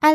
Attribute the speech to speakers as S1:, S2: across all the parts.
S1: 艾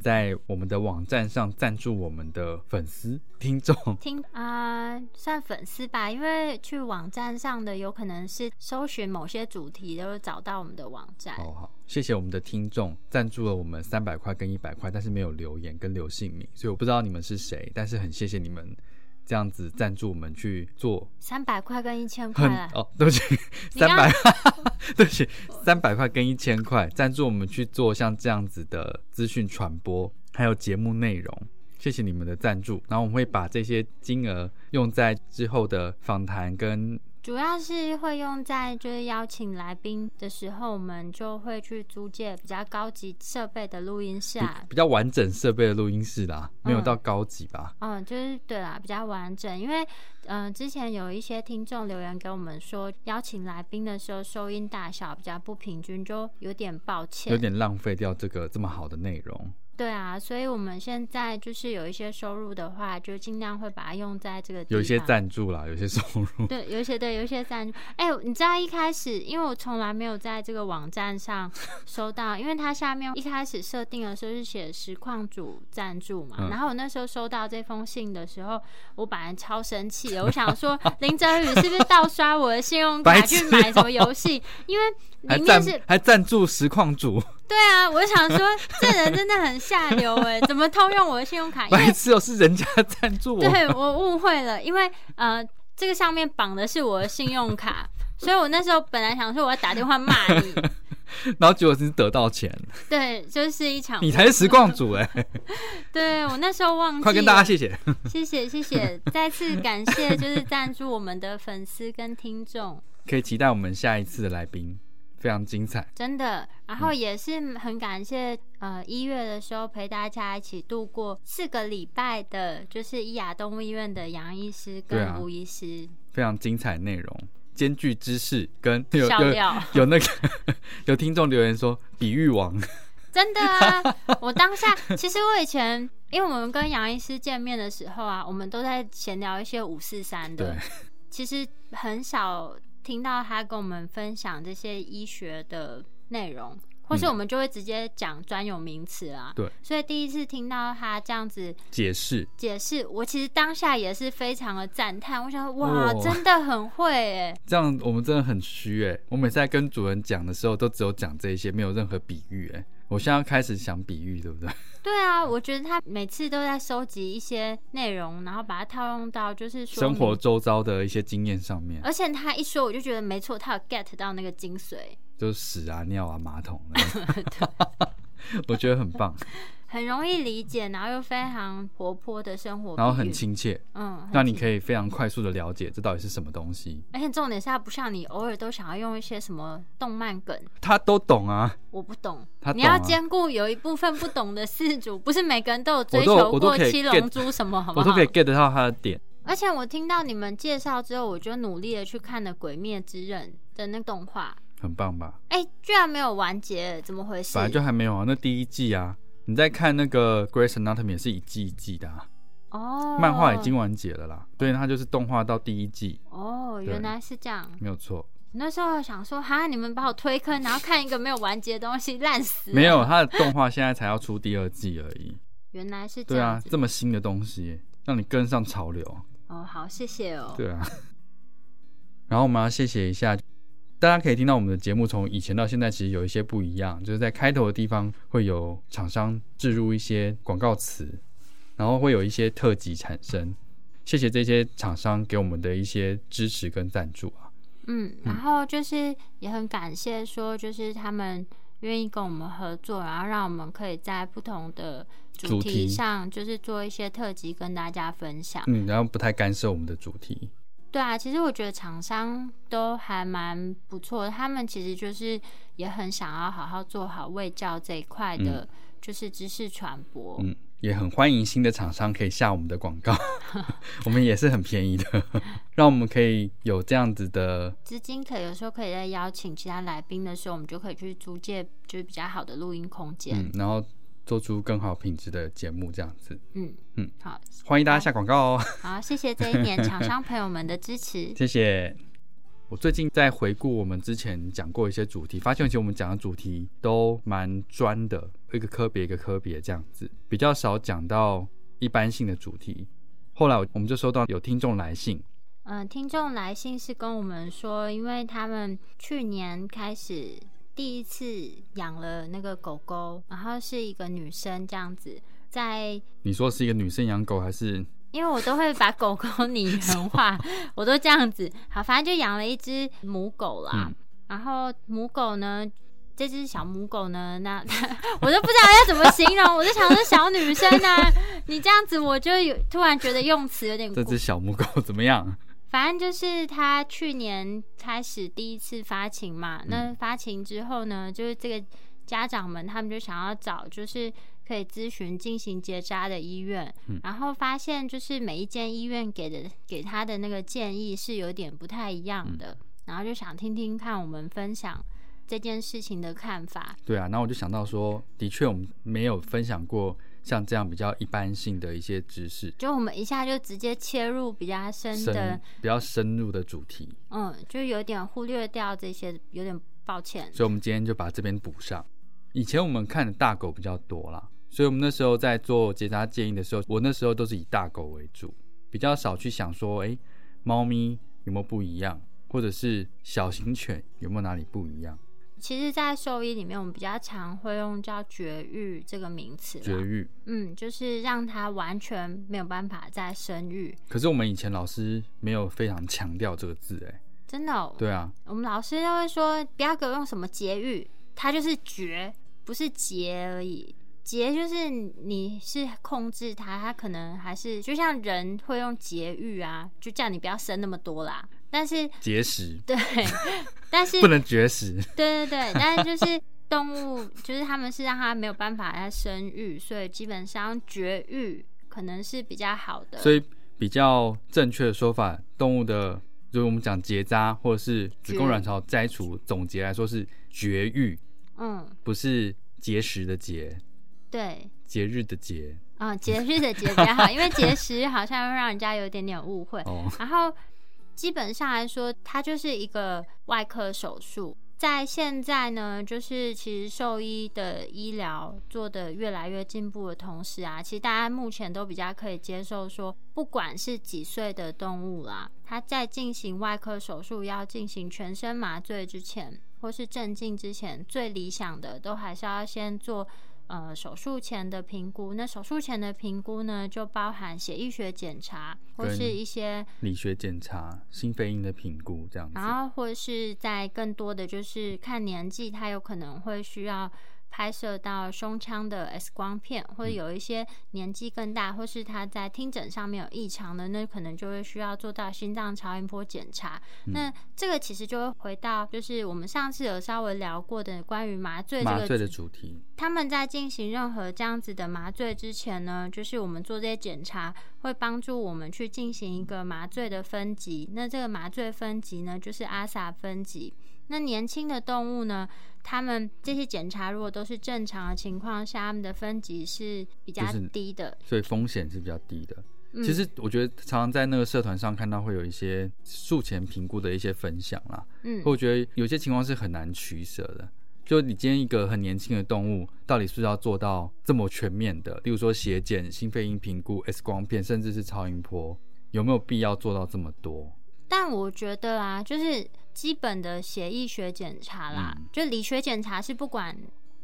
S2: 在我们的网站上赞助我们的粉丝听众，
S1: 听啊、算粉丝吧，因为去网站上的有可能是搜寻某些主题，都会找到我们的网站。
S2: 好好，谢谢我们的听众赞助了我们三百块跟一百块，但是没有留言跟留姓名，所以我不知道你们是谁，但是很谢谢你们这样子赞助我们去做
S1: 三百块跟一千块
S2: 很
S1: 啦，
S2: 哦，对不起，
S1: 你
S2: 三
S1: 刚
S2: 百， 对不起，三百块跟一千块赞助我们去做像这样子的资讯传播，还有节目内容。谢谢你们的赞助，然后我们会把这些金额用在之后的访谈跟
S1: 主要是会用在就是邀请来宾的时候，我们就会去租借比较高级设备的录音室
S2: 比
S1: 啊。
S2: 比较完整设备的录音室啦，没有
S1: 嗯
S2: 到高级吧？
S1: 嗯，就是对啦，比较完整。因为，嗯、之前有一些听众留言给我们说，邀请来宾的时候收音大小比较不平均，就有点抱歉。
S2: 有点浪费掉这个这么好的内容。
S1: 对啊，所以我们现在就是有一些收入的话，就尽量会把它用在这个地
S2: 有一些
S1: 方
S2: 赞助啦，有一些收入，
S1: 对，有一些对，有一些赞助。哎、你知道一开始，因为我从来没有在这个网站 上收到，因为它下面一开始设定的时候是写实况组赞助嘛。
S2: 嗯
S1: 然后我那时候收到这封信的时候，我本来超生气的，我想 说林哲宇是不是盗刷我的信用卡
S2: 白
S1: 去
S2: 痴
S1: 买什
S2: 哦
S1: 么游 戏？因为
S2: 还
S1: 里
S2: 赞
S1: 面是
S2: 还赞助实况组，
S1: 对啊，我想说这人真的很下流 哎、怎么偷用我的信用卡？因为
S2: 白痴哦，是人家赞助我们，
S1: 哎对我误会了，因为呃，这个上面绑的是我的信用 卡，所以我那时候本来想说我要打电话骂你，
S2: 然后结果是得到钱，
S1: 对，就是一场
S2: 你才是实况组哎、
S1: 对我那时候忘记了，
S2: 快跟大家谢谢。
S1: 谢谢谢谢，再次感谢就是赞助我们的粉丝跟听众，
S2: 可以期待我们下一次的来宾，非常精彩。
S1: 真的，然
S2: 嗯
S1: 后也是很感谢呃一月的时候陪大家一起度过四个礼拜的，就是伊雅动物医院的杨医师
S2: 对啊
S1: 跟吴医师，
S2: 非常精彩内容，兼具知识跟有
S1: 笑
S2: 有
S1: 料
S2: 有那个 有听众留言说比喻王，
S1: 真的啊！ 我当下其实我以前，因为我们跟杨医师见面的时候啊，我们都在闲聊一些五四三的
S2: 对，
S1: 其实很少听到他跟我们分享这些医学的内容，或是
S2: 嗯
S1: 我们就会直接讲专有名词啊。
S2: 对，
S1: 所以第一次听到他这样子
S2: 解释
S1: 解释，我其实当下也是非常的赞叹，我想说哇，
S2: 哦
S1: 真的很会哎、
S2: 这样我们真的很虚哎、我每次在跟主人讲的时候，都只有讲这一些，没有任何比喻哎、我现在要开始想比喻，对不对？
S1: 对啊，我觉得他每次都在收集一些内容，然后把它套用到就是说
S2: 生
S1: 明
S2: 活周遭的一些经验上面，
S1: 而且他一说，我就觉得没错，他有 get 到那个精髓，
S2: 就是屎啊、尿啊、马桶 啊，我觉得很棒，
S1: 很容易理解，然后又非常活泼的生活，
S2: 然后很，亲切，
S1: 嗯，
S2: 那你
S1: 以。
S2: 可以非常快速的了解这到底是什么东西，
S1: 而且重点是他不像你偶尔都想要用一些什么动漫梗，
S2: 他都懂啊。
S1: 我不懂。
S2: 他
S1: 你
S2: 懂啊
S1: 要兼顾有一部分不懂的事主，不是每个人都有追
S2: 我都
S1: 求
S2: 我都
S1: 过
S2: 可以
S1: 七
S2: get-
S1: 龙珠什么，好不
S2: 我
S1: 好
S2: 都可？以 get 到他的点。
S1: 而且我听到你们介绍之后，我就努力的去看了《鬼灭之刃》的那动画，
S2: 很棒吧？
S1: 哎、居然没有完结，怎么回事？
S2: 本来就还没有啊，那第一季啊，你在看那个《Grace Anatomy》也是一季一季的、啊，
S1: 哦，
S2: 漫画已经完结了啦，所以它就是动画到第一季，
S1: 哦，原
S2: 对
S1: 来是这样。
S2: 没有错。
S1: 那时候想说，哈，你们把我推坑，然后看一个没有完结的东西，烂死。
S2: 没，有，它的动画现在才要出第二季而已。
S1: 原来是这
S2: 对
S1: 样
S2: 啊
S1: 子。，
S2: 这么新的东西，让你跟上潮流，
S1: 啊，哦，好，谢谢哦。
S2: 对啊。 然后我们要谢谢一下，大家可以听到我们的节目从以前到现在其实有一些不一样，就是在开头的地方会有厂商置入一些广告词，然后会有一些特辑产生。谢谢这些厂商给我们的一些支持跟赞助啊。
S1: 嗯，然后就是也很感谢说，就是他们愿意跟我们合作，然后让我们可以在不同的主
S2: 主
S1: 题
S2: 题
S1: 上，就是做一些特辑跟大家分享。
S2: 嗯，然后不太干涉我们的主题。
S1: 对啊，其实我觉得厂商都还蛮不错的，他们其实就是也很想要好好做好卫教这一块的，就是知识传播。
S2: 嗯，也很欢迎新的厂商可以下我们的广告，我们也是很便宜的，让我们可以有这样子的。
S1: 资金可以有时候可以在邀请其他来宾的时候，我们就可以去租借就是比较好的录音空间
S2: 嗯。，然后做出更好品质的节目，这样子，
S1: 嗯
S2: 嗯
S1: 好，
S2: 欢迎大家下广告哦，
S1: 好，谢谢这一年厂商朋友们的支持。
S2: 谢谢。我最近在回顾我们之前讲过一些主题，发现其实我们讲的主题都蛮专的，一个科别一个科别这样子，比较少讲到一般性的主题。后来我我们就收到有听众来信，
S1: 嗯，听众来信是跟我们说，因为他们去年开始第一次养了那个狗狗，然后是一个女生这样子，在
S2: 你说是一个女生养狗还是
S1: 因为我都会把狗狗拟人化， 我都这样子。好，反正就养了一只母狗啦。
S2: 嗯
S1: 然后母狗呢，这只小母狗呢，那 我都不知道要怎么形容，我就想说小女生啊，你这样子我就有突然觉得用词有点
S2: 这
S1: 过
S2: 只小母狗怎么样？
S1: 反正就是他去年开始第一次发情嘛，那发情之后呢，就是这个家长们他们就想要找就是可以咨询进行结扎的医院，然后发现就是每一间医院给的给他的那个建议是有点不太一样的，然后就想听听看我们分享这件事情的看法。
S2: 对啊，然后我就想到说，的确我们没有分享过像这样比较一般性的一些知识，
S1: 就我们一下就直接切入比较深的，
S2: 深比较深入的主题，
S1: 嗯，就有点忽略掉这些，有点抱歉。
S2: 所以我们今天就把这边补上。以前我们看的大狗比较多啦，所以我们那时候在做结扎建议的时候，我那时候都是以大狗为主，比较少去想说，诶，猫咪有没有不一样，或者是小型犬有没有哪里不一样？
S1: 其实，在兽医里面，我们比较常会用叫绝育这个名词啦
S2: 绝育。
S1: 嗯，就是让它完全没有办法再生育，
S2: 可是我们以前老师没有非常强调这个字、诶，
S1: 真的哦、
S2: 对啊，
S1: 我们老师都会说，不要给我用什么节育，它就是绝，不是节而已。节就是你是控制它，它可能还是就像人会用节育啊，就叫你不要生那么多啦。但是
S2: 节食
S1: 对， 但是
S2: 不能绝食。
S1: 对对对，但是就是动物，就是他们是让它没有办法再生育，所以基本上绝育可能是比较好的。
S2: 所以比较正确的说法，动物的，就是我们讲结扎或者是子
S1: 绝
S2: 宫卵巢摘除，总结来说是绝育，
S1: 嗯，
S2: 不是节食的节，
S1: 对，
S2: 节日的节。
S1: 嗯，节日的节比较好，因为节食好像会让人家有一点点误会。
S2: 哦，
S1: 然后基本上来说，它就是一个外科手术。在现在呢，就是其实兽医的医疗做的越来越进步的同时啊，其实大家目前都比较可以接受说，不管是几岁的动物啦，它在进行外科手术要进行全身麻醉之前，或是镇静之前，最理想的都还是要先做呃手术前的评估。那手术前的评估呢，就包含血液学检查或
S2: 跟
S1: 是一些
S2: 理学检查、心肺音的评估这样子。
S1: 然后或是在更多的就是看年纪，他有可能会需要拍摄到胸腔的 X 光片，或者
S2: 嗯
S1: 有一些年纪更大，或是他在听诊上面有异常的，那可能就会需要做到心脏超音波检查。
S2: 嗯
S1: 那这个其实就会回到就是我们上次有稍微聊过的关于麻醉这
S2: 麻
S1: 个
S2: 醉的主题，
S1: 他们在进行任何这样子的麻醉之前呢，就是我们做这些检查，会帮助我们去进行一个麻醉的分级。那这个麻醉分级呢，就是阿 s 分级。那年轻的动物呢，他们这些检查如果都是正常的情况下，他们的分级是比较
S2: 就是
S1: 低的。
S2: 所以风险是比较低的。其
S1: 嗯
S2: 实我觉得常常在那个社团上看到会有一些术前评估的一些分享啦，
S1: 嗯
S2: 我觉得有些情况是很难取舍的。就你今天一个很年轻的动物，到底是不是要做到这么全面的？例如说血检、心肺音评估、X 光片，甚至是超音波，有没有必要做到这么多？
S1: 但我觉得啊，就是基本的血液学检查啦，
S2: 嗯
S1: 就理学检查是不管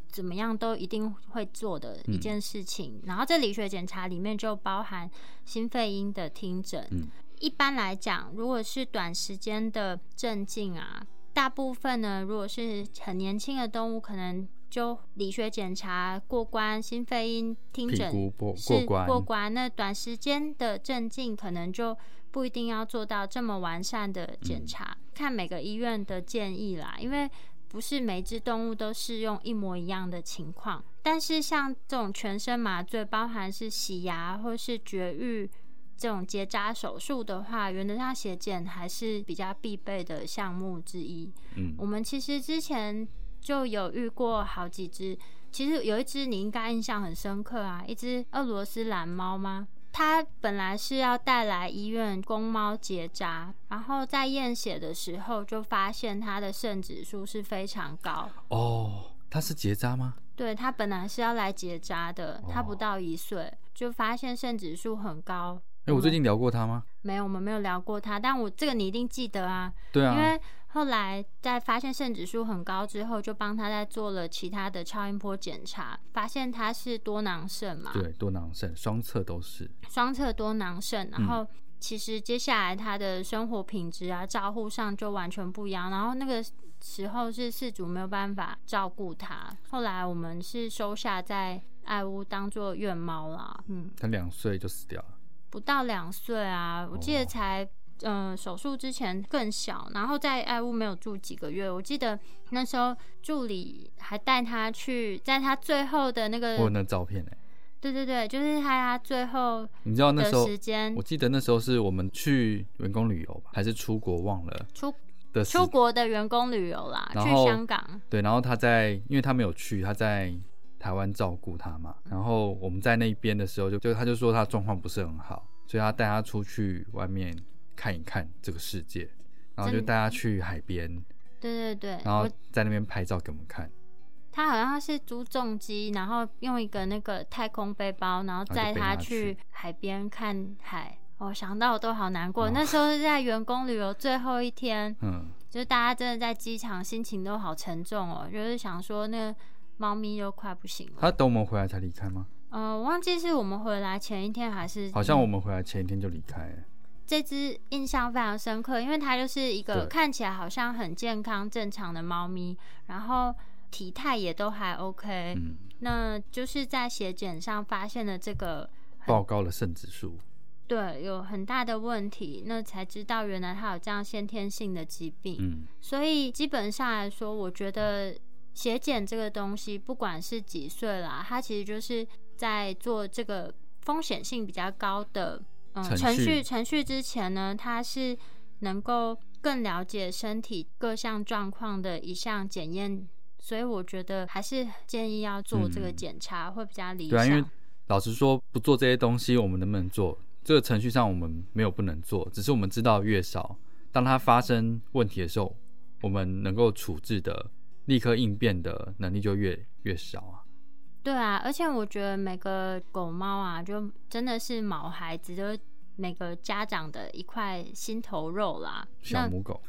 S1: 怎么样都一定会做的一
S2: 嗯
S1: 件事情。然后这理学检查里面就包含心肺音的听诊。
S2: 嗯
S1: 一般来讲，如果是短时间的镇静啊，大部分呢，如果是很年轻的动物，可能就理学检查过关，心肺音听诊
S2: 评估过
S1: 是
S2: 过关
S1: 过关。那短时间的镇静可能就不一定要做到这么完善的
S2: 嗯
S1: 检查，看每个医院的建议啦，因为不是每只动物都适用一模一样的情况。但是像这种全身麻醉，包含是洗牙或是绝育。这种结扎手术的话，原则上血检还是比较必备的项目之一。
S2: 嗯
S1: 我们其实之前就有遇过好几只，其实有一只你应该印象很深刻啊，一只俄罗斯蓝猫吗？它本来是要带来医院公猫结扎，然后在验血的时候就发现它的肾指数是非常高。
S2: 哦，它是结扎吗？
S1: 对，它本来是要来结扎的，它不
S2: 哦
S1: 到一岁就发现肾指数很高。
S2: 哎、我最近聊过它吗？
S1: 没有，我们没有聊过它，但我这个你一定记得啊。
S2: 对
S1: 因
S2: 啊，
S1: 为后来在发现肾指数很高之后，就帮他在做了其他的超音波检查，发现他是多囊肾嘛，
S2: 对，多囊肾双侧都是。
S1: 双侧多囊肾，然
S2: 嗯
S1: 后。其实接下来他的生活品质啊、照护上就完全不一样，然后那个时候是事主没有办法照顾他，后来我们是收下在爱屋当做院猫啦，嗯，
S2: 它两岁就死掉了。
S1: 不到两岁啊，我记得
S2: 哦
S1: 才。嗯，手术之前更小，然后在爱屋没有住几个月。我记得那时候助理还带他去，在他最后的那个
S2: 我，有那照片哎、
S1: 对对对，就是在他最后
S2: 你知道那
S1: 的
S2: 时候
S1: 时间
S2: 我记得那时候是我们去员工旅游吧，还是出国忘了
S1: 出
S2: 的时
S1: 出国的员工旅游啦，
S2: 然
S1: 啊去
S2: 后
S1: 香港，
S2: 对，然后他在，因为他没有去，他在台湾照顾他嘛。
S1: 嗯
S2: 然后我们在那边的时候就，就他就说他状况不是很好，所以他带他出去外面看一看这个世界，然后就
S1: 真
S2: 带他去海边，
S1: 对对对，
S2: 然后
S1: 我
S2: 在那边拍照给我们看，
S1: 他好像是租重机，然后用一个那个太空背包，然后
S2: 就
S1: 载
S2: 背
S1: 他
S2: 他
S1: 去
S2: 去
S1: 海边看海。我、想到我都好难过，
S2: 哦
S1: 那时候是在员工旅游最后一天，
S2: 嗯，
S1: 就是大家真的在机场心情都好沉重哦，就是想说那猫咪都快不行了。
S2: 他等我们回来才离开吗？
S1: 呃，我忘记是我们回来前一天还是嗯
S2: 好像我们回来前一天就离开了、
S1: 这只印象非常深刻，因为它就是一个
S2: 对
S1: 看起来好像很健康正常的猫咪，然后体态也都还 OK，、
S2: 嗯，
S1: 那就是在血检上发现了这个
S2: 报告了肾指数，
S1: 对有很大的问题，那才知道原来它有这样先天性的疾病。
S2: 嗯，
S1: 所以基本上来说，我觉得血检这个东西，不管是几岁啦，它其实就是在做这个风险性比较高的嗯
S2: 程序
S1: 程序程序之前呢，它是能够更了解身体各项状况的一项检验。所以我觉得还是建议要做这个
S2: 嗯
S1: 检查会比较理
S2: 对啊，因为
S1: 想。
S2: 老实说，不做这些东西，我们能不能做？这个程序上我们没有不能做，只是我们知道越少，当它发生问题的时候，我们能够处置的、立刻应变的能力就越越少啊。
S1: 对啊，而且我觉得每个狗猫啊，就真的是毛孩子，就是每个家长的一块心头肉啦。
S2: 小
S1: 那
S2: 母狗，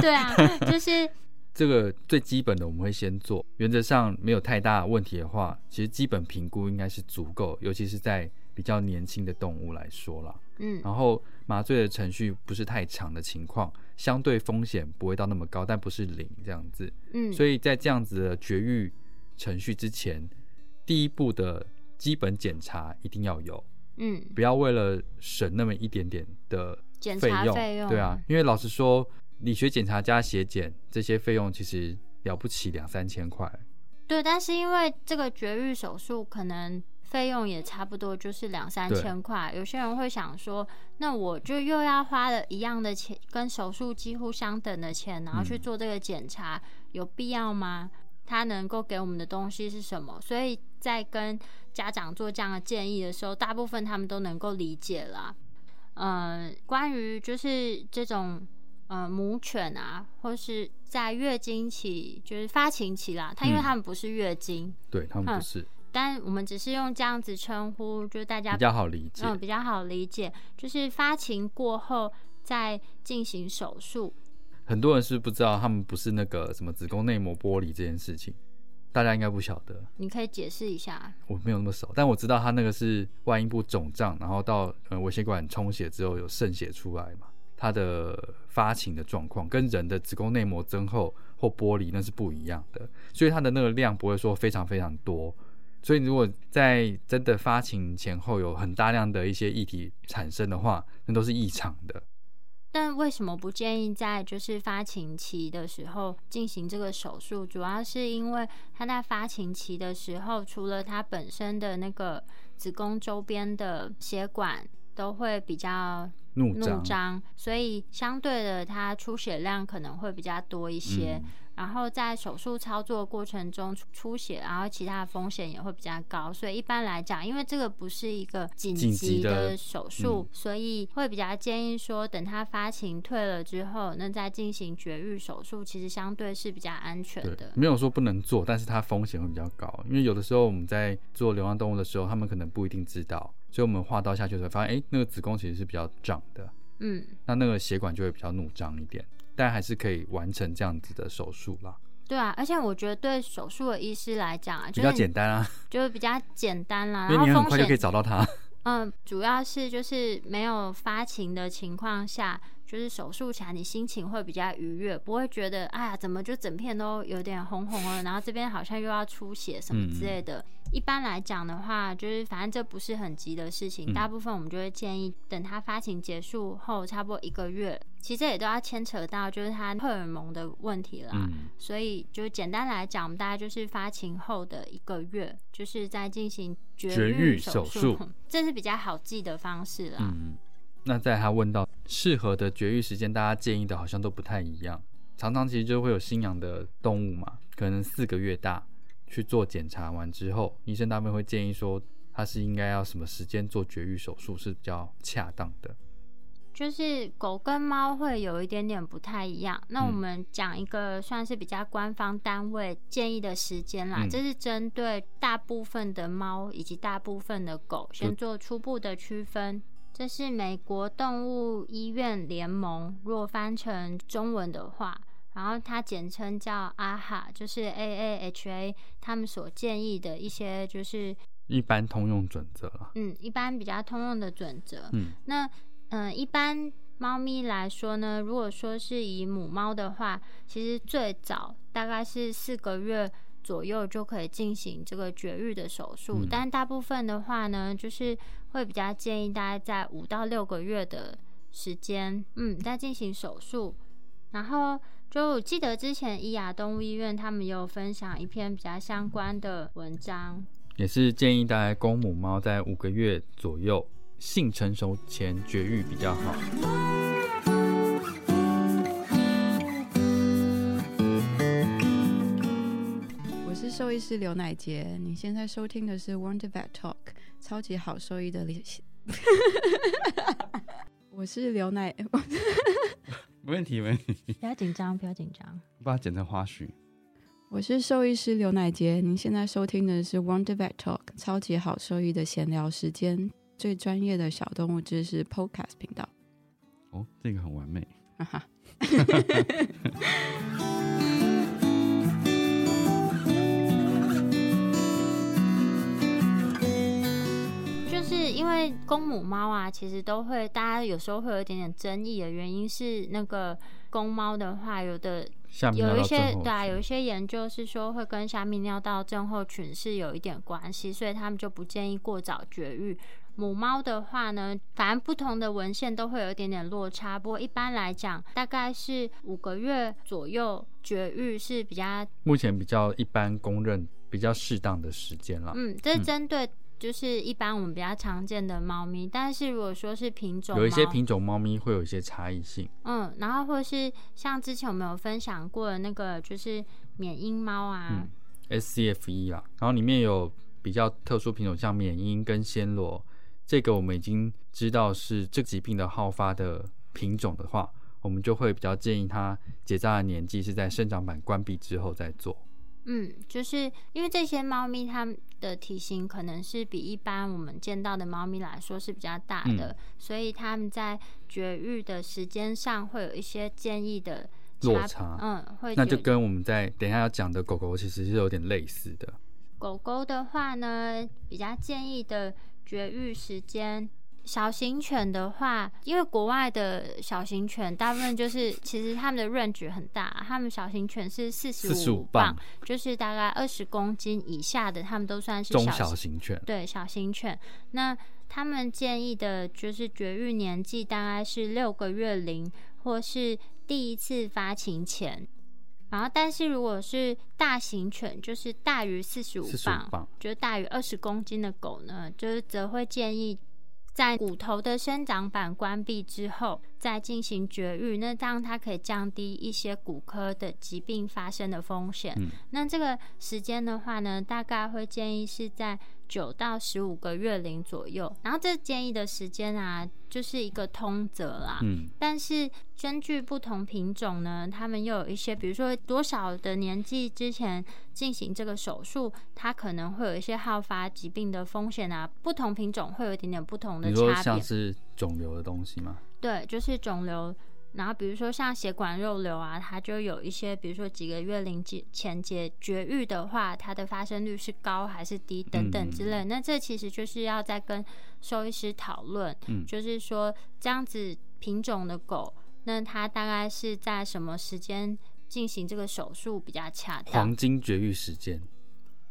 S1: 对啊， 就是
S2: 这个最基本的我们会先做，原则上没有太大问题的话，其实基本评估应该是足够，尤其是在比较年轻的动物来说啦。
S1: 嗯，
S2: 然后麻醉的程序不是太长的情况，相对风险不会到那么高，但不是零这样子。
S1: 嗯，
S2: 所
S1: 以
S2: 以在这样子的绝育程序之前，第一步的基本检查一定要有，
S1: 嗯，
S2: 不要为了省那么一点点的
S1: 检
S2: 费
S1: 查
S2: 用，
S1: 费用
S2: 对啊，因为老实说，理学检查加血检这些费用其实了不起两三千块，
S1: 对，但是因为这个绝育手术可能费用也差不多，就是两三
S2: 对
S1: 千块。有些人会想说，那我就又要花了一样的钱，跟手术几乎相等的钱，然后去
S2: 嗯
S1: 做这个检查，有必要吗？它能够给我们的东西是什么？所以在跟家长做这样的建议的时候，大部分他们都能够理解啦。嗯，关于就是这种呃母犬啊，或是在月经期，就是发情期啦，它因为
S2: 嗯
S1: 它们不是月经，嗯
S2: 对他们不是，
S1: 但我们只是用这样子称呼，就是大家
S2: 比较好理解。
S1: 嗯比较好理解，就是发情过后再进行手术。
S2: 很多人是不知道他们不是那个什么子宫内膜剥离这件事情，大家应该不晓得。
S1: 你可以解释一下，
S2: 我没有那么熟，但我知道他那个是外阴部肿胀，然后到呃微血管充血之后有渗血出来嘛，它的发情的状况跟人的子宫内膜增厚或剥离那是不一样的，所以它的那个量不会说非常非常多。所以如果在真的发情前后有很大量的一些液体产生的话，那都是异常的。
S1: 但为什么不建议在就是发情期的时候进行这个手术？主要是因为它在发情期的时候，除了它本身的那个子宫周边的血管都会比较
S2: 怒
S1: 怒
S2: 张
S1: 张，所以相对的它出血量可能会比较多一些。
S2: 嗯
S1: 然后在手术操作过程中出出血，然后其他的风险也会比较高，所以一般来讲，因为这个不是一个紧
S2: 紧
S1: 急
S2: 急的嗯
S1: 的手术，所以会比较建议说，等它发情退了之后，那再进行绝育手术，其实相对是比较安全
S2: 对
S1: 的，。
S2: 没有说不能做，但是它风险会比较高，因为有的时候我们在做流浪动物的时候，他们可能不一定知道，所以我们划刀下去的时候发现，哎，那个子宫其实是比较胀的，
S1: 嗯，
S2: 那那个血管就会比较怒张一点，但还是可以完成这样子的手术 啦，
S1: 对啊，而且我觉得对手术的医师来讲啊，
S2: 比
S1: 就
S2: 较
S1: 是
S2: 简单啊，
S1: 就是比较简单啦，
S2: 因
S1: 然
S2: 为
S1: 后
S2: 你很
S1: 风
S2: 快就可以
S1: 险
S2: 找到它。
S1: 嗯，主要是就是没有发情的情况下，就是手术起来你心情会比较愉悦，不会觉得哎呀怎么就整片都有点红红了，然后这边好像又要出血什么之类的。一般来讲的话，就是反正这不是很急的事情，
S2: 嗯
S1: 大部分我们就会建议等它发情结束后差不多一个月，其实这也都要牵扯到就是它荷尔蒙的问题啦。
S2: 嗯，
S1: 所以就简单来讲，我们大概就是发情后的一个月，就是在进行绝
S2: 绝育
S1: 手
S2: 手术，
S1: 这是比较好记的方式啦。
S2: 嗯，那在他问到适合的绝育时间，大家建议的好像都不太一样。常常其实就会有新养的动物嘛，可能四个月大去做检查完之后，医生大部分会建议说，它是应该要什么时间做绝育手术是比较恰当的。
S1: 就是狗跟猫会有一点点不太一样。那
S2: 嗯
S1: 我们讲一个算是比较官方单位建议的时间啦，
S2: 嗯
S1: 这是针对大部分的猫以及大部分的狗先
S2: 就
S1: 做初步的区分。这是美国动物医院联盟，若翻成中文的话，然后它简称叫阿哈，就是 A A H A，他们所建议的一些就是
S2: 一般通用准则啦，
S1: 嗯一般比较通用的准则。
S2: 嗯，
S1: 那嗯、呃一般猫咪来说呢，如果说是以母猫的话，其实最早大概是四个月左右就可以进行这个绝育的手术，
S2: 嗯
S1: 但大部分的话呢，就是会比较建议大概在五到六个月的时间，嗯，再进行手术。然后就我记得之前伊雅动物医院他们有分享一篇比较相关的文章，
S2: 也是建议大概公母猫在五个月左右性成熟前绝育比较好。
S3: 我是兽医师刘乃杰，你现在收听的是 Wonder Vet Talk，超级好兽医的联系。 我是刘乃，
S4: 没问题，没问题，
S1: 不要紧张，不要紧张。
S4: 把它剪成花絮。
S3: 我是兽医师刘乃杰，您现在收听的是 Wonder Vet Talk，超级好兽医的闲聊时间，最专业的小动物知识 Podcast 频道。
S4: 哦，这个很完美。
S3: 哈哈。
S1: 就是因为公母猫啊，其实都会，大家有时候会有一点点争议的原因是，那个公猫的话，有的
S2: 下面要
S1: 有一
S2: 到
S1: 些
S2: 最后
S1: 对啊，有一些研究是说会跟下泌尿道症候群是有一点关系，所以他们就不建议过早绝育。母猫的话呢，反正不同的文献都会有一点点落差，不过一般来讲，大概是五个月左右绝育是比较
S2: 目前比较一般公认比较适当的时间啦。
S1: 嗯，这是
S2: 嗯
S1: 针对就是一般我们比较常见的猫咪，但是如果说是品种猫，
S2: 有一些品种猫咪会有一些差异性，
S1: 嗯，然后或是像之前我们有分享过的那个就是缅因猫啊，
S2: 嗯，SCFE E 啦，然后里面有比较特殊品种，像缅因跟暹罗，这个我们已经知道是这疾病的好发的品种的话，我们就会比较建议它结扎的年纪是在生长板关闭之后再做。
S1: 嗯，就是因为这些猫咪它们的体型可能是比一般我们见到的猫咪来说是比较大的，
S2: 嗯
S1: 所以它们在绝育的时间上会有一些建议的
S2: 落
S1: 别
S2: 差
S1: 嗯，会
S2: 那就
S1: 觉
S2: 跟我们在等一下要讲的狗狗其实是有点类似的。
S1: 狗狗的话呢，比较建议的绝育时间。小型犬的话，因为国外的小型犬大部分就是，其实它们的 range 很大，它们小型犬是四十
S2: 45
S1: 五
S2: 磅
S1: 磅，就是大概二十公斤以下的，它们都算是
S2: 中
S1: 小
S2: 小
S1: 型
S2: 型犬，
S1: 对小型犬。那他们建议的就是绝育年纪大概是六个月龄，或是第一次发情前。然后，但是如果是大型犬，就是大于四十五
S2: 四十
S1: 磅
S2: 五，磅，
S1: 就是大于二十公斤的狗呢，就是则会建议在骨头的生长板关闭之后再进行绝育，那这样它可以降低一些骨科的疾病发生的风险。
S2: 嗯
S1: 那这个时间的话呢，大概会建议是在九到十五个月龄左右。然后这建议的时间啊，就是一个通则啦。
S2: 嗯，
S1: 但是根据不同品种呢，他们又有一些，比如说多少的年纪之前进行这个手术，它可能会有一些好发疾病的风险啊。不同品种会有一点点不同的
S2: 你说
S1: 差
S2: 像
S1: 别，
S2: 是肿瘤的东西吗？
S1: 对，就是肿瘤。然后比如说像血管肉瘤啊，它就有一些，比如说几个月龄之前解绝育的话，它的发生率是高还是低等等之
S2: 嗯
S1: 类。那这其实就是要再跟兽医师讨论，
S2: 嗯
S1: 就是说这样子品种的狗，那它大概是在什么时间进行这个手术比较恰当
S2: 黄？金绝育时间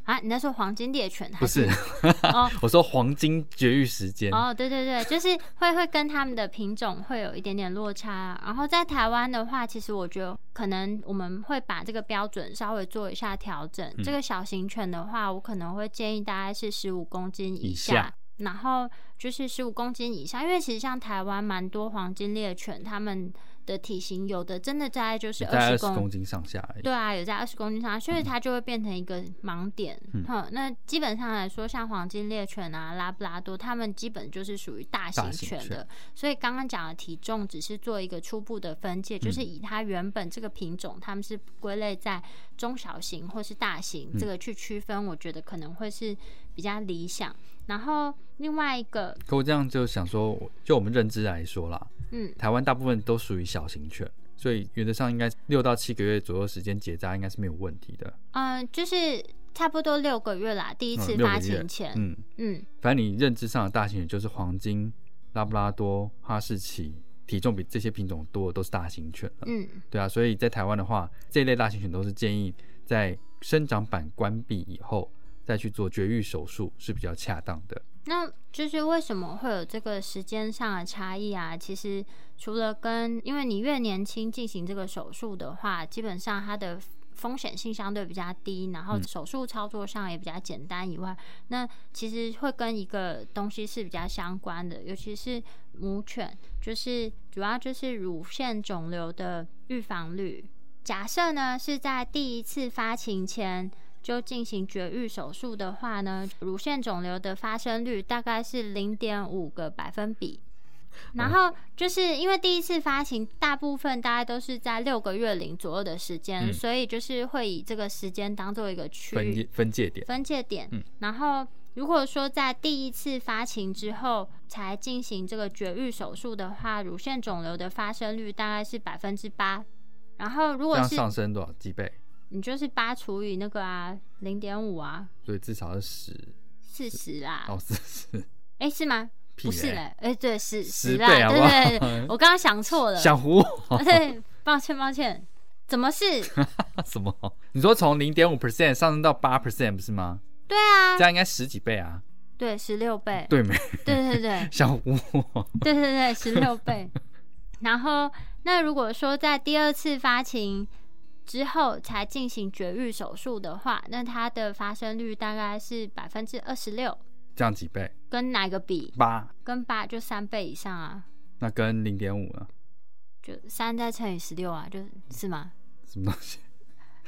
S1: 啊，你在说黄金猎犬
S2: 不
S1: 还
S2: 是？
S1: 哦
S2: 我说黄金绝育时间，
S1: 哦，对对对，就是会会跟他们的品种会有一点点落差。然后在台湾的话，其实我觉得可能我们会把这个标准稍微做一下调整。
S2: 嗯
S1: 这个小型犬的话，我可能会建议大概是十五公斤
S2: 以
S1: 以
S2: 下
S1: 下。然后就是十五公斤以上，因为其实像台湾蛮多黄金猎犬，它们的体型有的真的大概就是
S2: 大概
S1: 二
S2: 二
S1: 十
S2: 十公斤上下而已。
S1: 对啊，有在二十公斤上，所以它就会变成一个盲点。
S2: 嗯
S1: 哼，那基本上来说，像黄金猎犬啊、拉布拉多，它们基本就是属于大型
S2: 大型
S1: 犬的。
S2: 犬
S1: 所以刚刚讲的体重只是做一个初步的分界，
S2: 嗯
S1: 就是以它原本这个品种，它们是归类在中小型或是大型、
S2: 嗯
S1: 这个去区分，我觉得可能会是比较理想。然后另外一个，
S2: 可我这样就想说，就我们认知来说啦，
S1: 嗯，
S2: 台湾大部分都属于小型犬，所以原则上应该六到七个月左右时间结扎应该是没有问题的。
S1: 嗯，就是差不多六个月啦，第一
S2: 嗯
S1: 次
S2: 六
S1: 发
S2: 个月
S1: 情前，
S2: 嗯，
S1: 嗯
S2: 反正你认知上的大型犬就是黄金、拉布拉多、哈士奇，体重比这些品种多的都是大型犬了。
S1: 嗯
S2: 对啊，所以在台湾的话，这一类大型犬都是建议在生长板关闭以后再去做绝育手术是比较恰当的。
S1: 那就是为什么会有这个时间上的差异啊？其实除了跟，因为你越年轻进行这个手术的话，基本上它的风险性相对比较低，然后手术操作上也比较简单以外，那其实会跟一个东西是比较相关的，尤其是母犬，就是主要就是乳腺肿瘤的预防率。假设呢是在第一次发情前就进行绝育手术的话呢，乳腺肿瘤的发生率大概是零点五个百分比。然
S2: 哦
S1: 后就是因为第一次发情，大部分大概都是在六个月龄左右的时间，
S2: 嗯
S1: 所以就是会以这个时间当做一个区
S2: 分
S1: 域
S2: 界分界点，
S1: 分界点。
S2: 嗯
S1: 然后如果说在第一次发情之后才进行这个绝育手术的话，乳腺肿瘤的发生率大概是百分之八。然后如
S2: 这
S1: 果
S2: 样
S1: 是
S2: 上升多少几倍？
S1: 你就是八除以那个啊零点五啊
S2: 所以至少是十
S1: 四十啦，
S2: 到四十，
S1: 哎、是吗？
S2: 哦屁
S1: 啊不是
S2: 嘞
S1: 嘞，哎、对是
S2: 十
S1: 啦，
S2: 倍好不好
S1: 对对对，我刚刚想错了，
S2: 想糊
S1: 对，抱歉抱歉，怎么 是？
S2: 什么？你说从零点五 percent 上升到八 percent 不是吗？
S1: 对啊
S2: 这，样应该十几倍啊？
S1: 对十六倍，
S2: 对没？
S1: 对对对，
S2: 想糊我，
S1: 对对对，十六倍。然后，那如果说在第二次发情之后才进行绝育手术的话，那它的发生率大概是百分之二十六，
S2: 这样几倍？
S1: 跟哪个比？
S2: 八，
S1: 跟八就三倍以上啊，
S2: 那跟零点五呢？
S1: 就三再乘以十六啊，就是吗？
S2: 什么东西？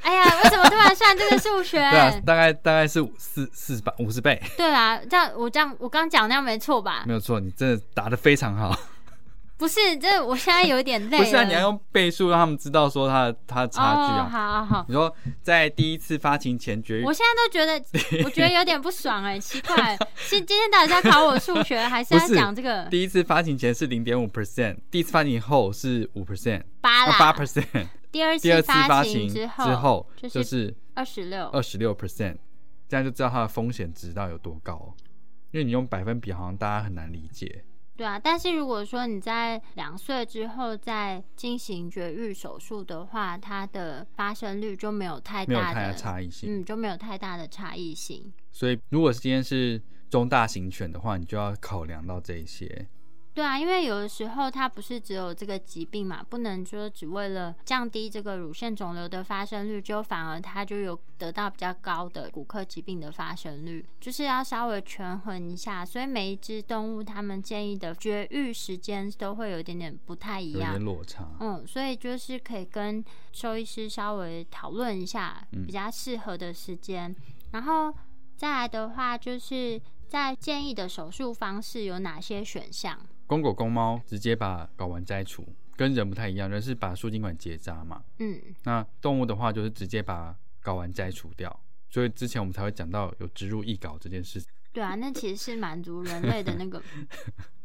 S1: 哎呀，为什么突然算这个数学？
S2: 对啊，大概大概是五四四十八五十倍，
S1: 对啊，这样我这样我刚讲那样没错吧？
S2: 没有错，你真的答的非常好。
S1: 不是，这我现在有点累了。
S2: 不是啊，你要用倍数让他们知道说它的它的差距
S1: 哦、
S2: 啊。
S1: 好好好，
S2: 你说在第一次发情前绝育
S1: 我，现在都觉 得，我觉得有点不爽哎、奇怪， 今今天到底在考我数学，还是
S2: 不
S1: 在
S2: 是
S1: 讲这个
S2: 第一次发情前是零点五 percent，第一次发情后是五 percent，啊
S1: 八啦？
S2: 八 percent，
S1: 第二
S2: 第二
S1: 次
S2: 次发
S1: 情
S2: 情
S1: 之
S2: 之
S1: 后，
S2: 后
S1: 就
S2: 就是是
S1: 二十六，
S2: 二十六 percent，这样就知道它的风险值到底有多高、哦。因为你用百分比，好像大家很难理解。
S1: 对啊。但是如果说你在两岁之后再进行绝育手术的话，它的发生率就没有太
S2: 没有
S1: 大
S2: 太大
S1: 的
S2: 差异性。
S1: 嗯，就没有太大的差异性。
S2: 所以如果是今天是中大型犬的话，你就要考量到这一些。
S1: 对啊，因为有的时候它不是只有这个疾病嘛，不能说只为了降低这个乳腺肿瘤的发生率，就反而它就有得到比较高的骨科疾病的发生率，就是要稍微权衡一下。所以每一只动物它们建议的绝育时间都会有一点点不太一
S2: 有点
S1: 样。
S2: 落差。
S1: 嗯，所以就是可以跟兽医师稍微讨论一下
S2: 嗯
S1: 比较适合的时间，然后再来的话就是在建议的手术方式有哪些选项。
S2: 公狗公猫直接把睾丸摘除，跟人不太一样，人是把输精管结扎嘛，
S1: 嗯，
S2: 那动物的话就是直接把睾丸摘除掉。所以之前我们才会讲到有植入异睾这件事，
S1: 对啊，那其实是满足人类的 那个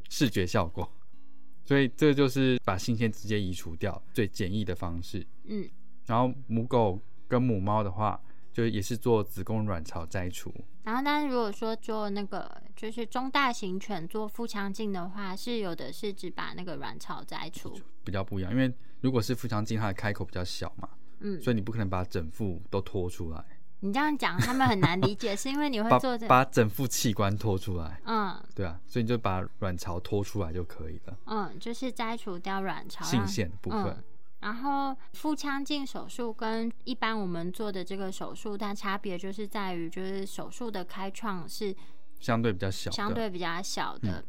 S2: 视觉效果。 所以这就是把性腺直接移除掉最简易的方式。
S1: 嗯
S2: 然后母狗跟母猫的话，就也是做子宫卵巢摘除，
S1: 然后，但是如果说做那个就是中大型犬做腹腔镜的话，是有的是只把那个卵巢摘除，
S2: 比较不一样。因为如果是腹腔镜，它的开口比较小嘛，
S1: 嗯，
S2: 所以你不可能把整副都拖出来，
S1: 你这样讲他们很难理解，是因为你会
S2: 把
S1: 做这，
S2: 把整副器官拖出来，
S1: 嗯
S2: 对啊，所以你就把卵巢拖出来就可以了。
S1: 嗯，就是摘除掉卵巢，
S2: 性
S1: 让
S2: 腺的部分，
S1: 啊嗯然后腹腔镜手术跟一般我们做的这个手术，它差别就是在于，就是手术的开创是
S2: 相对比较小的，嗯
S1: 相对比较小的，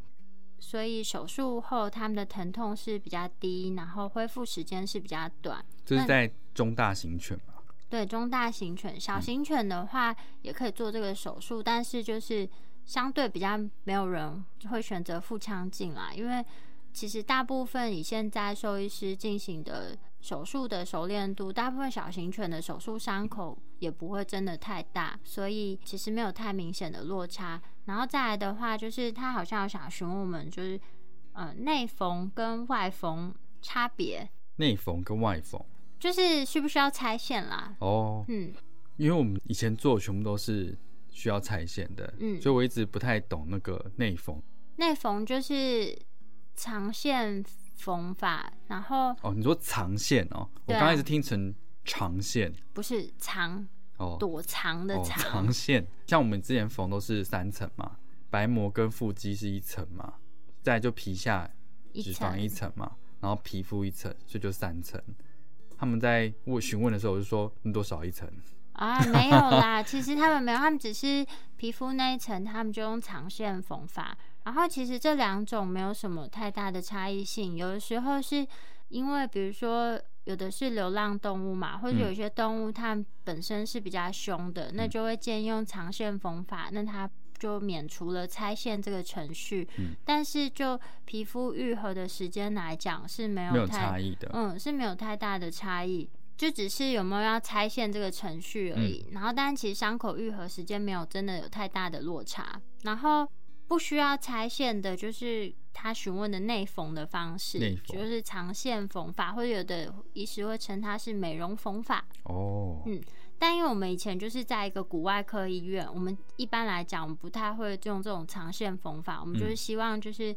S1: 所以手术后他们的疼痛是比较低，然后恢复时间是比较短。
S2: 就是在中大型犬嘛，
S1: 对中大型犬、小型犬的话也可以做这个手术，但是就是相对比较没有人会选择腹腔镜啦，因为其实大部分以现在兽医师进行的手术的熟练度，大部分小型犬的手术伤口也不会真的太大，所以其实没有太明显的落差。然后再来的话，就是他好像有想询问我们，就是呃内缝跟外缝差别，
S2: 内缝跟外缝
S1: 嗯就是需不需要拆线啦？
S2: 哦，
S1: 嗯。
S2: 因为我们以前做的全部都是需要拆线的，
S1: 嗯
S2: 所以我一直不太懂那个内缝
S1: 内缝就是长线缝法，然后
S2: 哦。你说长线哦，我
S1: 对啊
S2: 刚刚一直听成长线
S1: 不是长
S2: 哦，
S1: 躲藏的
S2: 哦
S1: 藏，
S2: 长线。像我们之前缝都是三层嘛，白膜跟腹肌是一层嘛，再来就皮下
S1: 一
S2: 脂肪
S1: 层
S2: 一层嘛，然后皮肤一层，所以就三层。他们在问询问的时候，我就说你多少一层？
S1: 啊，没有啦。其实他们没有，他们只是皮肤那一层，他们就用长线缝法。然后其实这两种没有什么太大的差异性，有的时候是因为比如说。有的是流浪动物嘛，或者
S2: 嗯
S1: 有一些动物它们本身是比较凶的，那
S2: 嗯
S1: 就会建议用长线缝法，那它就免除了拆线这个程序。
S2: 嗯
S1: 但是就皮肤愈合的时间来讲是没有
S2: 没有
S1: 太
S2: 差异的。
S1: 嗯，是没有太大的差异，就只是有没有要拆线这个程序而
S2: 嗯
S1: 已。然后，但其实伤口愈合时间没有真的有太大的落差。然后不需要拆线的，就是他询问的内缝的方式
S2: 内，缝
S1: 就是长线缝法，或者有的医师会称它是美容缝法。
S2: 哦，
S1: 嗯但因为我们以前就是在一个骨外科医院，我们一般来讲，我们不太会用这种长线缝法，我们就是
S2: 嗯
S1: 希望就是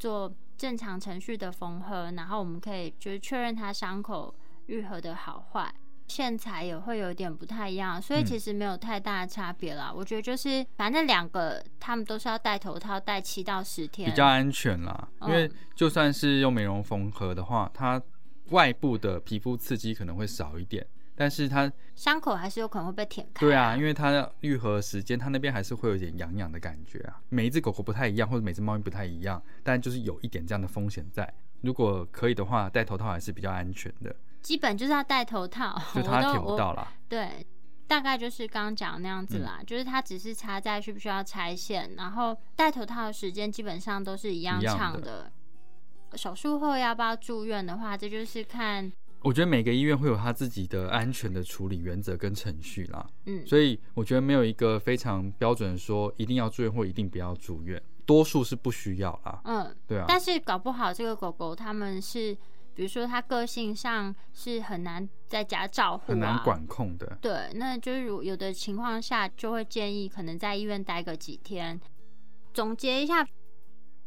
S1: 做正常程序的缝合，然后我们可以就是确认它伤口愈合的好坏。线材也会有点不太一样，所以
S2: 嗯
S1: 其实没有太大的差别啦。我觉得就是反正两个他们都是要戴头套，戴七到十天，
S2: 比较安全啦，因
S1: 嗯
S2: 为就算是用美容缝合的话，它外部的皮肤刺激可能会少一点，但是它
S1: 伤口还是有可能会被舔开。
S2: 对啊，因为它的愈合时间，它那边还是会有点痒痒的感觉啊。每一只狗狗不太一样，或者每只猫咪不太一样，但就是有一点这样的风险在。如果可以的话，戴头套还是比较安全的，
S1: 基本就是要戴头套，
S2: 就
S1: 我
S2: 它
S1: 都
S2: 舔不
S1: 我
S2: 到啦。
S1: 对，大概就是刚刚讲的那样
S2: 嗯
S1: 子啦，就是它只是差在需不需要拆线，然后戴头套的时间基本上都是一样
S2: 一样
S1: 长
S2: 的
S1: 的。手术后要不要住院的话，这就是看
S2: 我觉得每个医院会有他自己的安全的处理原则跟程序啦，
S1: 嗯
S2: 所以我觉得没有一个非常标准说一定要住院或一定不要住院，多数是不需要啦。
S1: 嗯，
S2: 对啊，
S1: 但是搞不好这个狗狗他们是，比如说它个性上是很难在家照顾、啊，
S2: 很难管控的。
S1: 对，啊那就是如有的情况下，就会建议可能在医院待个几天。总结一下，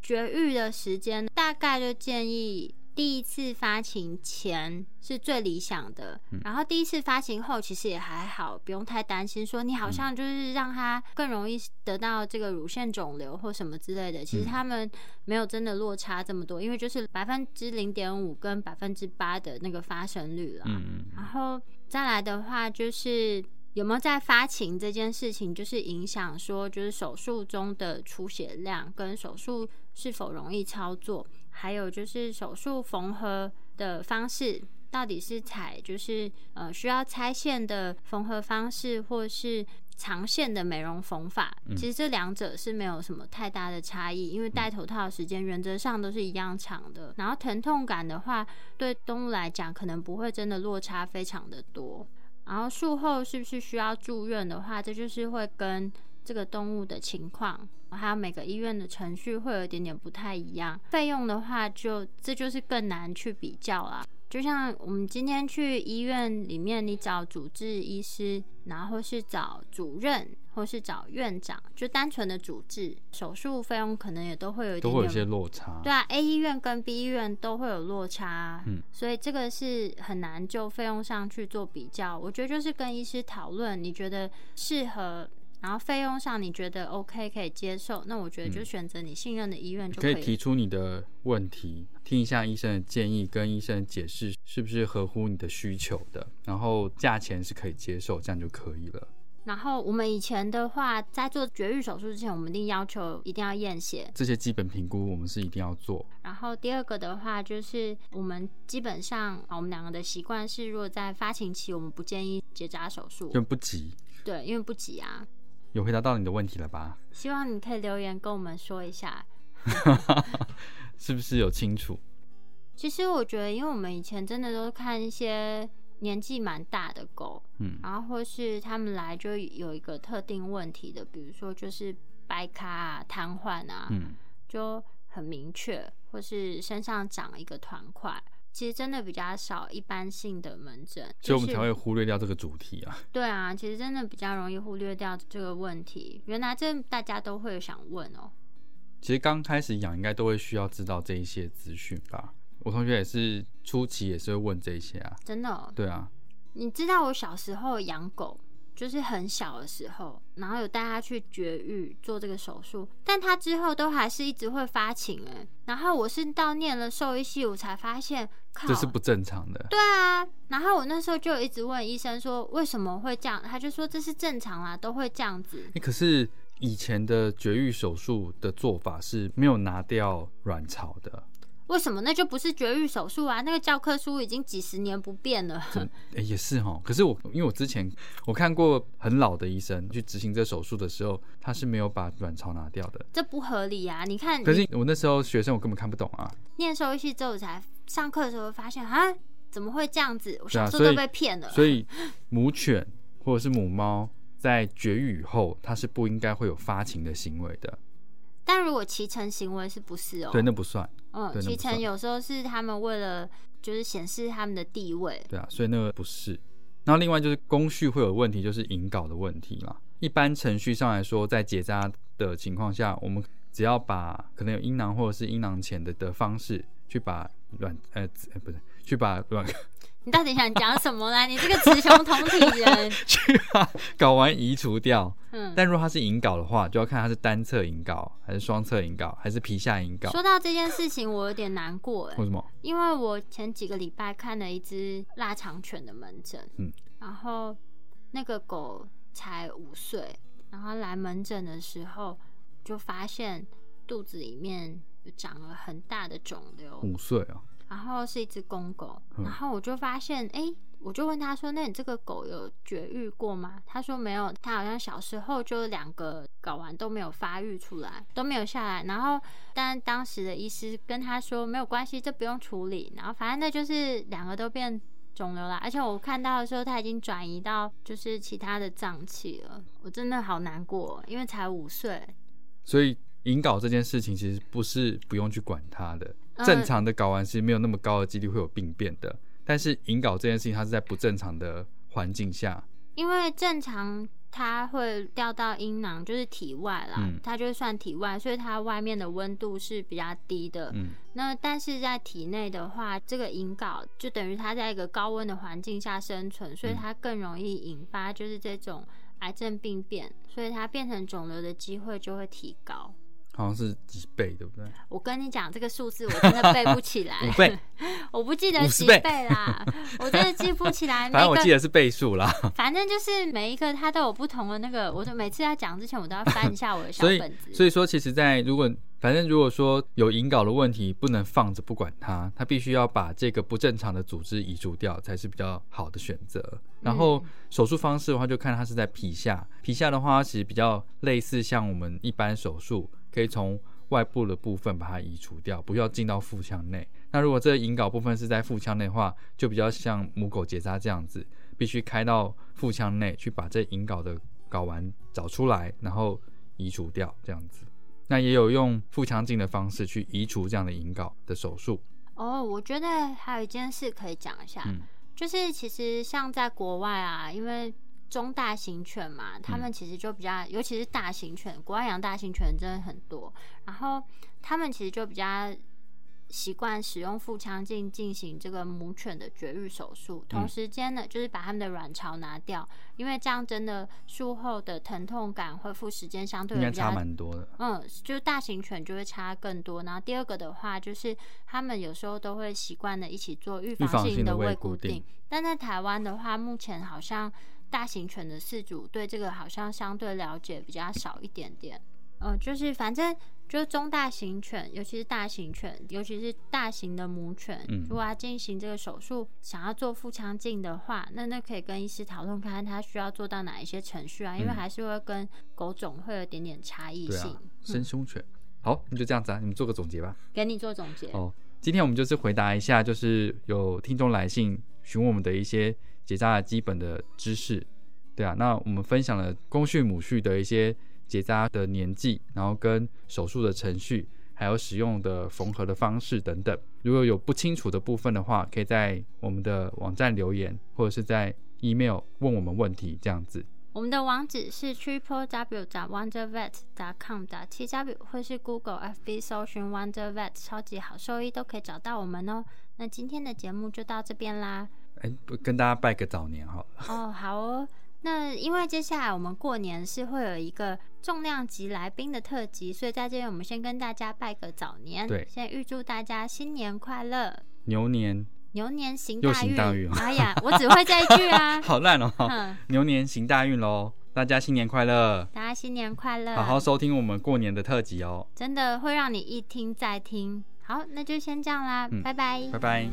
S1: 绝育的时间大概就建议第一次发情前是最理想的，然后第一次发情后其实也还好，不用太担心说你好像就是让它更容易得到这个乳腺肿瘤或什么之类的。其实
S2: 嗯
S1: 他们没有真的落差这么多，因为就是百分之零点五跟百分之八的那个发生率啦。
S2: 嗯，
S1: 然后再来的话，就是有没有在发情这件事情，就是影响说，就是手术中的出血量跟手术是否容易操作，还有就是手术缝合的方式。到底是采就是呃需要拆线的缝合方式，或是长线的美容缝法，其实这两者是没有什么太大的差异，因为戴头套的时间原则上都是一样长的。然后疼痛感的话，对动物来讲可能不会真的落差非常的多。然后术后是不是需要住院的话，这就是会跟这个动物的情况，还有每个医院的程序会有一点点不太一样。费用的话就这就是更难去比较啦。就像我们今天去医院里面，你找主治医师，然后是找主任，或是找院长，就单纯的主治手术费用可能也都会有一
S2: 都
S1: 点
S2: 会有
S1: 点
S2: 一些落差。
S1: 对啊，A 医院跟 B 医院都会有落差，啊
S2: 嗯
S1: 所以这个是很难就费用上去做比较。我觉得就是跟医师讨论，你觉得适合，然后费用上你觉得 OK 可以接受，那我觉得就选择你信任的医院就
S2: 可
S1: 以
S2: 以
S1: 了。
S2: 提出嗯你的问题，听一下医生的建议，跟医生解释是不是合乎你的需求的，然后价钱是可以接受，这样就可以了。
S1: 然后我们以前的话，在做绝育手术之前，我们一定要求一定要验血，
S2: 这些基本评估我们是一定要做，
S1: 然后第二个的话，就是我们基本上啊我们两个的习惯是，如果在发情期，我们不建议结扎手术
S2: 就，不急。
S1: 对，因为不急啊。
S2: 有回答到你的问题了吧？
S1: 希望你可以留言跟我们说一下。
S2: 是不是有清楚？
S1: 其实我觉得，因为我们以前真的都看一些年纪蛮大的狗，
S2: 嗯
S1: 然后或是他们来就有一个特定问题的，比如说就是掰咖啊、瘫痪啊，
S2: 嗯，
S1: 就很明确，或是身上长一个团块。其实真的比较少一般性的门诊，
S2: 所以我们
S1: 就
S2: 才
S1: 是
S2: 会忽略掉这个主题啊。
S1: 对啊，其实真的比较容易忽略掉这个问题。原来这大家都会想问哦、
S2: 其实刚开始养应该都会需要知道这一些资讯吧。我同学也是初期也是会问这一些啊。
S1: 真的、哦。
S2: 对啊，
S1: 你知道我小时候养狗，就是很小的时候，然后有带它去绝育做这个手术，但它之后都还是一直会发情哎、然后我是到念了兽医系，我才发现，靠，
S2: 这是不正常的。
S1: 对啊。然后我那时候就一直问医生说为什么会这样，他就说这是正常啦，都会这样子。
S2: 欸可是以前的绝育手术的做法是没有拿掉卵巢的，
S1: 为什么？那就不是绝育手术啊，那个教科书已经几十年不变了。
S2: 真欸也是哈。可是我因为我之前我看过很老的医生去执行这手术的时候，他是没有把卵巢拿掉的。
S1: 这不合理啊！你看，
S2: 可是我那时候学生我根本看不懂啊，
S1: 念兽医系之后，我才上课的时候发现啊，怎么会这样子？我
S2: 对
S1: 小
S2: 啊
S1: 时
S2: 所
S1: 候都
S2: 以
S1: 被骗了。
S2: 所以母犬或者是母猫在绝育以后，它是不应该会有发情的行为的，
S1: 但如果骑乘行为是不是哦？
S2: 对，那不算，
S1: 嗯，
S2: 对那
S1: 骑
S2: 不
S1: 乘
S2: 算
S1: 有时候是他们为了就是显示他们的地位，
S2: 对啊，所以那个不是。然后另外就是工序会有问题，就是引稿的问题啦。一般程序上来说，在结扎的情况下，我们只要把可能有阴囊或者是阴囊前的的方式去把卵呃子呃不是去把卵
S1: 你到底想讲什么啦？你这个雌雄同体 人，
S2: 去把睾丸移除掉。
S1: 嗯。
S2: 但如果它是引睾的话，就要看它是单侧引睾还是双侧引睾还是皮下引睾。
S1: 说到这件事情，我有点难过哎
S2: 为，什么？
S1: 因为我前几个礼拜看了一只腊肠犬的门诊，
S2: 嗯
S1: 然后那个狗才五岁，然后来门诊的时候就发现肚子里面有长了很大的肿瘤，
S2: 五岁啊，
S1: 然后是一只公狗，
S2: 嗯
S1: 然后我就发现，哎、我就问他说：“那你这个狗有绝育过吗？”他说没有，他好像小时候就两个睾丸都没有发育出来，都没有下来。然后，但当时的医师跟他说没有关系，这不用处理。然后反正那就是两个都变肿瘤了，而且我看到的时候他已经转移到就是其他的脏器了，我真的好难过，因为才五岁。
S2: 所以引睾这件事情其实不是不用去管它的，
S1: 嗯
S2: 正常的睾丸是没有那么高的几率会有病变的，但是引睾这件事情它是在不正常的环境下，
S1: 因为正常它会掉到阴囊，就是体外啦，
S2: 嗯
S1: 它就算体外，所以它外面的温度是比较低的。
S2: 嗯，
S1: 那但是在体内的话，这个引睾就等于它在一个高温的环境下生存，所以
S2: 嗯
S1: 它更容易引发就是这种癌症病变，所以它变成肿瘤的机会就会提高。
S2: 好像是几倍，对不对？
S1: 我跟你讲，这个数字我真的背不起来，
S2: 五倍，
S1: 我不记得
S2: 50
S1: 几
S2: 倍
S1: 倍啦，我真的记不起来。
S2: 反正我
S1: 每个
S2: 记得是倍数啦。
S1: 反正就是每一个它都有不同的那个，我就每次在讲之前，我都要翻一下我的小
S2: 所以
S1: 本子。
S2: 所以说，其实，在如果反正如果说有引睾的问题，不能放着不管它，它必须要把这个不正常的组织移除掉，才是比较好的选择。然后手术方式的话，就看它是在皮下，皮下的话，它其实比较类似像我们一般手术，可以从外部的部分把它移除掉，不要进到腹腔内。那如果这个引睾部分是在腹腔内的话，就比较像母狗结扎这样子，必须开到腹腔内去把这引睾的睾丸找出来，然后移除掉这样子。那也有用腹腔镜的方式去移除这样的引睾的手术。
S1: 哦，我觉得还有一件事可以讲一下，
S2: 嗯
S1: 就是其实像在国外啊，因为中大型犬嘛，他
S2: 嗯
S1: 们其实就比较，尤其是大型犬，国外养大型犬真的很多，然后他们其实就比较习惯使用腹腔镜进行这个母犬的绝育手术，
S2: 嗯
S1: 同时间呢，就是把它们的卵巢拿掉，因为这样真的术后的疼痛感恢复时间相对
S2: 应该
S1: 比较
S2: 差蛮多的。
S1: 嗯，就是大型犬就会差更多。然后第二个的话，就是他们有时候都会习惯的一起做预
S2: 防
S1: 性
S2: 性的
S1: 胃
S2: 胃
S1: 固
S2: 固定
S1: 但在台湾的话，目前好像大型犬的饲主对这个好像相对了解比较少一点点。嗯，就是反正就是中大型犬，尤其是大型犬，尤其是大型的母犬，
S2: 嗯
S1: 如果要进行这个手术，想要做腹腔镜的话，那那可以跟医师讨论看看他需要做到哪一些程序啊，因为
S2: 嗯
S1: 还是会跟狗种会有点点差异
S2: 对
S1: 性。
S2: 啊，深胸犬。好，那就这样子啊，你们做个总结吧。
S1: 给你做总结。
S2: 哦，今天我们就是回答一下，就是有听众来信询问我们的一些结扎的基本的知识，对啊，那我们分享了公序母序的一些结扎的年纪，然后跟手术的程序，还有使用的缝合的方式等等。如果有不清楚的部分的话，可以在我们的网站留言，或者是在 email 问我们问题，这样子。
S1: 我们的网址是 triple w wonder vet com t w 或是 Google FB 搜寻 Wonder Vet 超级好兽医都可以找到我们哦。那今天的节目就到这边 啦。
S2: 哎，不跟大家拜个早年好了。
S1: 哦，好哦。那因为接下来我们过年是会有一个重量级来宾的特辑，所以在这边我们先跟大家拜个早年，
S2: 对
S1: 先预祝大家新年快乐，
S2: 牛年，
S1: 牛年行
S2: 又
S1: 大
S2: 行
S1: 运。
S2: 大运哦
S1: 哎呀，我只会这一句 啊。
S2: 好烂哦！
S1: 嗯，
S2: 牛年行大运喽，大家新年快乐！
S1: 大家新年快乐，
S2: 好好收听我们过年的特辑哦，
S1: 真的会让你一听再听。好，那就先这样啦，
S2: 嗯
S1: 拜拜
S2: 拜拜。